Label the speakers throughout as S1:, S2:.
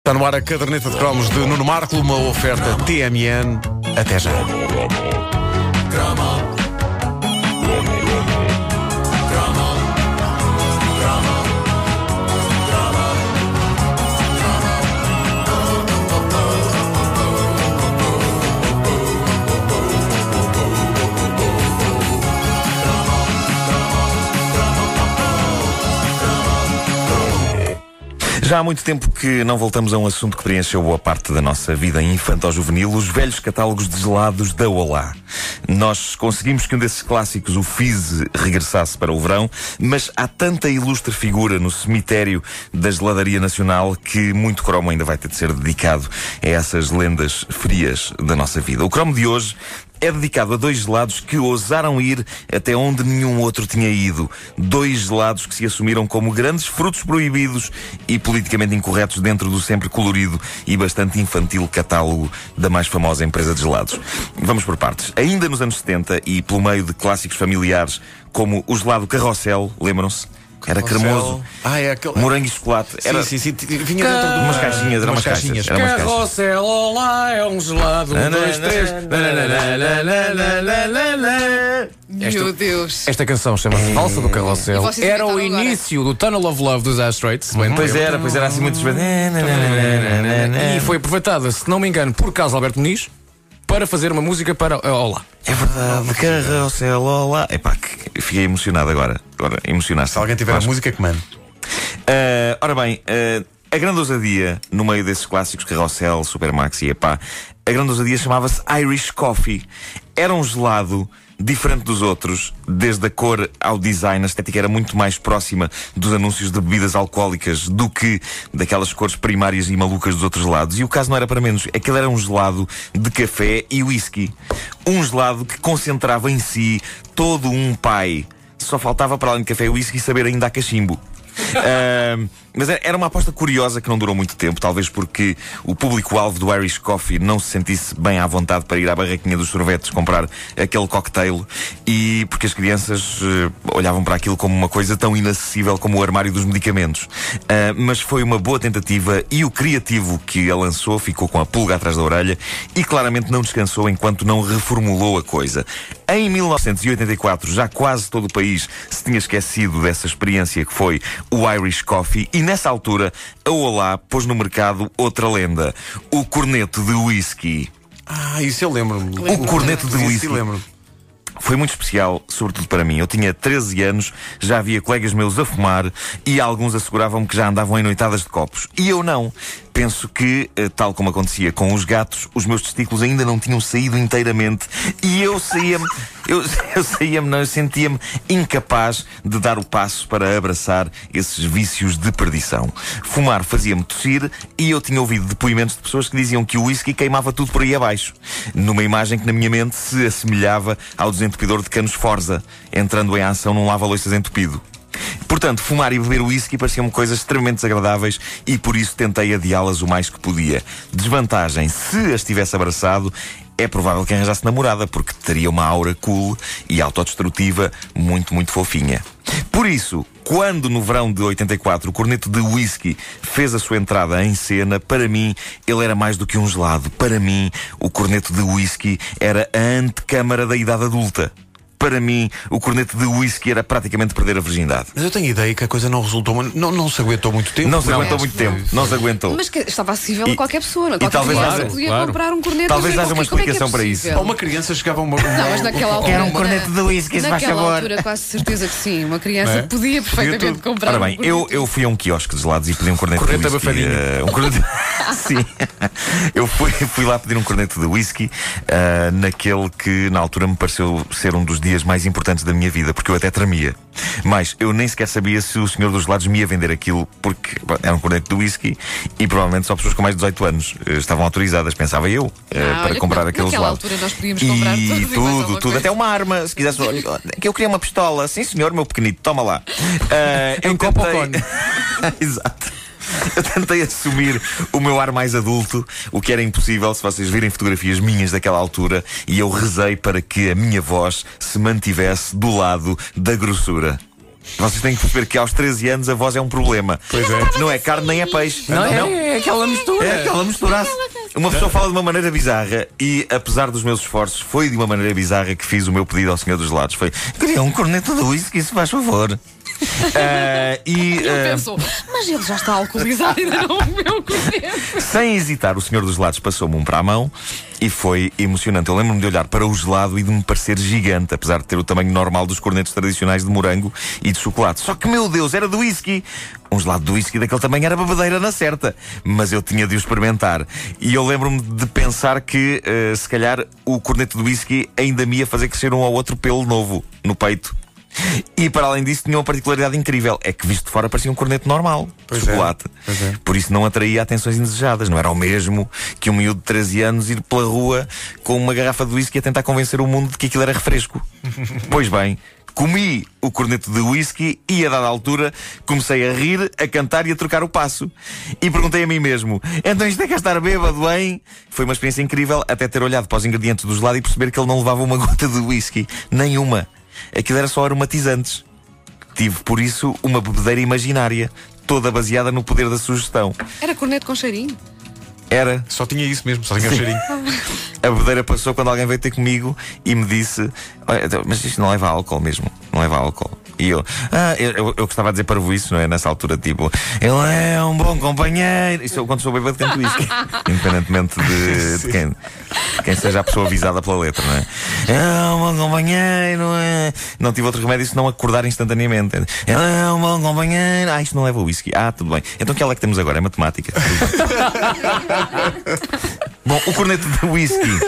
S1: Está no ar a caderneta de cromos de Nuno Marco, uma oferta TMN. Até já.
S2: Já há muito tempo que não voltamos a um assunto que preencheu boa parte da nossa vida infantil-juvenil, os velhos catálogos de gelados da Olá. Nós conseguimos que um desses clássicos, o Fizz, regressasse para o verão, mas há tanta ilustre figura no cemitério da Geladaria Nacional que muito cromo ainda vai ter de ser dedicado a essas lendas frias da nossa vida. O cromo de hoje é dedicado a dois gelados que ousaram ir até onde nenhum outro tinha ido. Dois gelados que se assumiram como grandes frutos proibidos e politicamente incorretos dentro do sempre colorido e bastante infantil catálogo da mais famosa empresa de gelados. Vamos por partes. Ainda nos anos 70 e pelo meio de clássicos familiares como o gelado Carrossel, lembram-se? Era cremoso,
S1: Ah, é aquele.
S2: morango e chocolate.
S1: Sim,
S2: era
S1: sim, sim. t- Vinha dentro de
S2: umas caixinhas, eram umas caixinhas. Eram umas caixas.
S3: Carrossel, olá, é um gelado. Um, dois, três.
S4: Meu Deus.
S3: Esta canção chama-se Valsa do Carrossel.
S4: vocês
S3: Era o
S4: inventaram agora.
S3: início do Tunnel of Love dos Astrates.
S2: Pois era, pois era assim muito.
S3: E foi aproveitada, se não me engano, por Carlos Alberto Muniz para fazer uma música para. ah, Olá.
S2: É verdade, carrossel, olá. Epá, que fiquei emocionado agora. Agora, emocionaste.
S1: Se alguém tiver a
S2: Vasco.
S1: música, que mande.
S2: Ah, ora bem, ah, a grande ousadia, no meio desses clássicos Carrossel, Supermax e Epá, a grande ousadia chamava-se Irish Coffee. Era um gelado diferente dos outros, desde a cor ao design, a estética era muito mais próxima dos anúncios de bebidas alcoólicas do que daquelas cores primárias e malucas dos outros gelados. E o caso não era para menos, aquele era um gelado de café e whisky. Um gelado que concentrava em si todo um pai. Só faltava, para além de café e whisky, saber ainda a cachimbo. Ahm, mas era era uma aposta curiosa que não durou muito tempo, talvez porque o público-alvo do Irish Coffee não se sentisse bem à vontade para ir à barraquinha dos sorvetes comprar aquele cocktail e porque as crianças eh, olhavam para aquilo como uma coisa tão inacessível como o armário dos medicamentos. Ah, mas foi uma boa tentativa e o criativo que a lançou ficou com a pulga atrás da orelha e claramente não descansou enquanto não reformulou a coisa. Em 1984, já quase todo o país se tinha esquecido dessa experiência que foi o Irish Coffee, e nessa altura a Olá pôs no mercado outra lenda: o corneto de whisky.
S1: Ah, isso eu lembro-me.
S2: O corneto de
S1: Isso
S2: whisky.
S1: eu lembro-me.
S2: Foi muito especial, sobretudo para mim. Eu tinha 13 anos, já havia colegas meus a fumar e alguns asseguravam-me que já andavam em noitadas de copos. E eu não. Penso que, eh, tal como acontecia com os gatos, os meus testículos ainda não tinham saído inteiramente e eu saía-me, eu, eu saía-me, não, eu sentia-me incapaz de dar o passo para abraçar esses vícios de perdição. Fumar fazia-me tossir e eu tinha ouvido depoimentos de pessoas que diziam que o whisky queimava tudo por aí abaixo. Numa imagem que na minha mente se assemelhava ao desentupidor de canos Forza, entrando em ação num lava-loiças entupido. Portanto, fumar e beber whisky pareciam-me coisas extremamente desagradáveis e por isso tentei adiá-las o mais que podia. Desvantagem: se as tivesse abraçado, é provável que arranjasse namorada, porque teria uma aura cool e autodestrutiva muito, muito fofinha. Por isso, quando no verão de 84 o corneto de whisky fez a sua entrada em cena, para mim ele era mais do que um gelado. Para mim, o corneto de whisky era a antecâmara da idade adulta. Para mim, o corneto de whisky era praticamente perder a virgindade.
S1: Mas eu tenho ideia que a coisa não resultou. mu- Não, não se aguentou muito tempo.
S2: Não se aguentou
S4: é.
S2: muito tempo. Não se aguentou.
S4: Mas que estava acessível
S2: E-
S4: a qualquer pessoa. Não? é?
S2: e
S4: Qualquer
S2: talvez
S4: criança
S2: haja-
S4: podia
S3: claro.
S4: comprar um corneto.
S2: Talvez
S4: não sei
S2: haja uma
S4: como é que é
S2: explicação para isso.
S4: possível?
S1: Para uma criança chegava uma.
S4: Não, mas naquela altura.
S5: Quero um corneto de whisky, se faz
S4: Naquela
S5: favor.
S4: altura, quase certeza que sim. Uma criança podia perfeitamente comprar.
S2: é? Ora
S4: um
S2: bem, eu,
S4: corneto.
S2: eu fui a um quiosque de gelados e pedi um corneto
S3: Corneta
S2: de whisky.
S3: abafadinho.
S2: eh, um corneto... Sim. Eu fui, fui lá pedir um corneto de whisky eh, naquele que na altura me pareceu ser um dos dias mais importantes da minha vida, porque eu até tremia. Mas eu nem sequer sabia se o senhor dos gelados me ia vender aquilo, porque bom, era um corneto de whisky e provavelmente só pessoas com mais de 18 anos eh, estavam autorizadas, pensava eu, eh,
S4: Ah, olha
S2: para
S4: que
S2: comprar
S4: na-
S2: aquele
S4: naquela
S2: gelado.
S4: altura nós podíamos comprar tudo e
S2: e
S4: mais alguma
S2: tudo, tudo,
S4: coisa.
S2: até uma arma, se quisesse. olha, é Que eu queria uma pistola. Sim, senhor, meu pequenito, toma lá. Ah, eu
S3: Em Um copo ou
S2: tentei- Exato. Eu tentei assumir o meu ar mais adulto, o que era impossível se vocês virem fotografias minhas daquela altura, e eu rezei para que a minha voz se mantivesse do lado da grossura. Vocês têm que perceber que aos 13 anos a voz é um problema.
S1: Pois é.
S2: Não é carne nem é peixe.
S3: Não, é, é aquela mistura.
S2: É aquela misturada. Uma pessoa fala de uma maneira bizarra e, apesar dos meus esforços, foi de uma maneira bizarra que fiz o meu pedido ao Senhor dos Lados. Foi: queria um corneto do uísque, isso faz favor. Ah, e
S4: Ele
S2: ah,
S4: pensou, mas ele já está alcoolizado, ainda não comeu o corneto.
S2: sem hesitar, o Senhor dos Lados passou-me um para a mão e foi emocionante. Eu lembro-me de olhar para o gelado e de me parecer gigante, apesar de ter o tamanho normal dos cornetos tradicionais de morango e de chocolate. Só que, meu Deus, era do whisky! Um gelado do whisky daquele tamanho era babadeira na certa, mas eu tinha de o experimentar. E eu lembro-me de pensar que, eh, se calhar, o corneto do whisky ainda me ia fazer crescer um ao outro pelo novo no peito. E para além disso, tinha uma particularidade incrível: é que visto de fora parecia um corneto normal,
S1: Pois é,
S2: chocolate.
S1: pois é.
S2: Por isso não atraía atenções indesejadas. Não era o mesmo que um miúdo de 13 anos ir pela rua com uma garrafa de whisky a tentar convencer o mundo de que aquilo era refresco. pois bem, comi o corneto de whisky e, a dada altura, comecei a rir, a cantar e a trocar o passo. E perguntei a mim mesmo: então isto é cá estar bêbado, hein? Foi uma experiência incrível até ter olhado para os ingredientes do gelado e perceber que ele não levava uma gota de whisky. Nenhuma. Aquilo era só aromatizantes. Tive, por isso, uma bebedeira imaginária, toda baseada no poder da sugestão.
S4: Era corneto com cheirinho.
S2: Era.
S1: Só tinha isso mesmo, só tinha o
S2: Sim.
S1: cheirinho.
S2: A bebedeira passou quando alguém veio ter comigo e me disse: "Olha, então, Mas isto não leva álcool mesmo, não leva álcool. E eu, ah, eu, eu, eu gostava de dizer para isso, não é? Nessa altura, tipo, ele é um bom companheiro. Isso eu, quando sou bêbado, canto isto. Independentemente de, de quem, de quem seja a pessoa avisada pela letra, não é? É um bom companheiro. É... Não tive outro remédio senão acordar instantaneamente. É um bom companheiro. Ah, isto não leva whisky. Ah, tudo bem. Então, o que é lá que temos agora? É matemática. Tudo bem. Bom, o corneto de whisky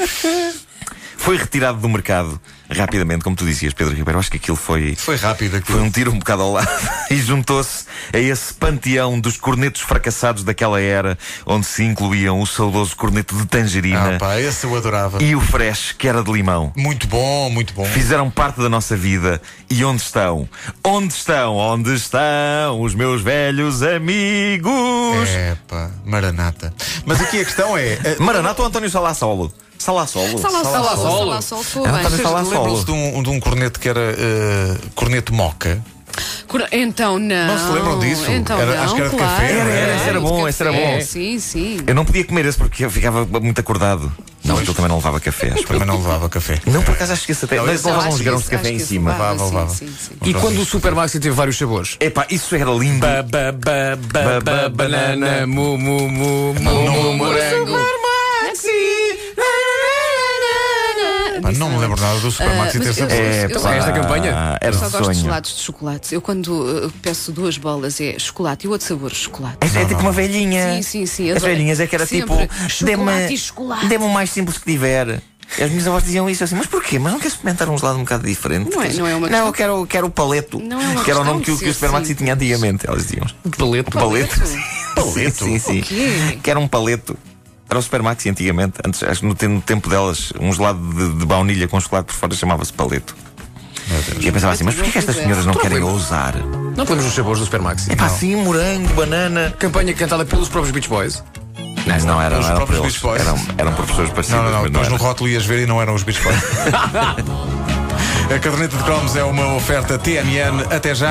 S2: foi retirado do mercado rapidamente, como tu dizias, Pedro Ribeiro. Acho que aquilo foi.
S1: Foi rápido
S2: Foi
S1: aquilo.
S2: um tiro um bocado ao lado e juntou-se a esse panteão dos cornetos fracassados daquela era, onde se incluíam o saudoso corneto de tangerina
S1: Ah, pá, esse eu adorava.
S2: e o fresh, que era de limão.
S1: Muito bom, muito bom.
S2: Fizeram parte da nossa vida. E onde estão? Onde estão? Onde estão os meus velhos amigos?
S1: É, pá, maranata. Mas aqui a questão é. eh,
S2: Maranata ou António Salassolo? Salassolo.
S1: Sala
S4: Sala sol,
S1: sol.
S4: sala sol, sala sol, tudo
S2: Ah,
S4: bem.
S2: Mas está lá
S1: Vocês lembram-se
S2: solo.
S1: de um, de um corneto que era eh, corneto moca?
S4: Cor- Então não.
S1: Não se lembram disso?
S4: Então
S1: Era-
S4: não,
S1: acho que era de
S4: claro.
S1: café, Era,
S2: era, esse era bom,
S4: De
S2: esse era
S4: café,
S2: bom.
S4: Sim, sim.
S2: Eu não podia comer esse porque eu ficava muito acordado. Não, aquilo também não levava café. acho eu.
S1: Também não levava café.
S2: Não, por acaso acho que esse até.
S1: Não,
S2: Mas
S1: esse
S4: Eu
S2: levavam
S4: acho
S2: uns
S4: que
S2: grãos de
S4: isso-
S2: café
S4: acho
S2: em
S4: que isso
S2: cima.
S4: levava,
S1: Levava,
S4: sim,
S1: levava.
S4: sim, sim.
S3: E quando o Supermaxi teve vários sabores?
S2: Epá, isso era lindo.
S3: Ba, ba, ba, ba, ba, banana, mu, mu, mu, mu, mu, morango.
S1: Pá, não me lembro nada do Supermax
S4: Ah,
S1: e
S4: mas
S1: ter
S4: eu-
S1: sabor.
S4: eu-
S2: Epá,
S4: Foi esta
S3: campanha?
S2: Era
S4: Eu só
S2: um
S4: gosto de
S2: sonho.
S4: gelados de chocolate. Eu quando uh, peço duas bolas é chocolate e o outro sabor chocolate.
S2: É, é tipo uma velhinha.
S4: Sim, sim, sim,
S2: As
S4: adoro.
S2: velhinhas é que era
S4: Sempre
S2: tipo.
S4: chocolate
S2: Dê-me
S4: e chocolate.
S2: dê-me o mais simples que tiver. E as minhas avós diziam isso assim, mas porquê? Mas não quer experimentar um gelado um bocado diferente?
S4: Não é- não é uma
S2: Não,
S4: questão-
S2: eu quero, quero o paleto.
S4: Não é uma
S2: que era o nome
S4: questão
S2: que, o-
S4: de
S2: que o
S4: ser
S2: Supermaxi
S4: simples.
S2: tinha antigamente. Elas diziam.
S3: Paleto.
S2: Paleto?
S1: Paleto?
S2: Sim, sim.
S4: O quê?
S2: sim. Que era um paleto. Era o Supermaxi antigamente. Antes, acho que no, te- no tempo delas, um gelado de, de baunilha com chocolate por fora chamava-se paleto. E eu pensava assim, mas porquê que estas senhoras não querem ousar?
S3: Não temos os sabores do Supermaxi.
S2: É pá, assim, morango, banana.
S3: Campanha cantada pelos próprios Beach Boys.
S2: Mas não, eram,
S1: Os
S2: eram,
S1: próprios
S2: eles,
S1: Beach Boys.
S2: eram, eram professores parecidos.
S1: Não, não, não.
S2: mas
S1: Depois no
S2: era.
S1: rótulo ias ver e não eram os biscoitos. a caderneta de cromos é uma oferta TMN. Até já.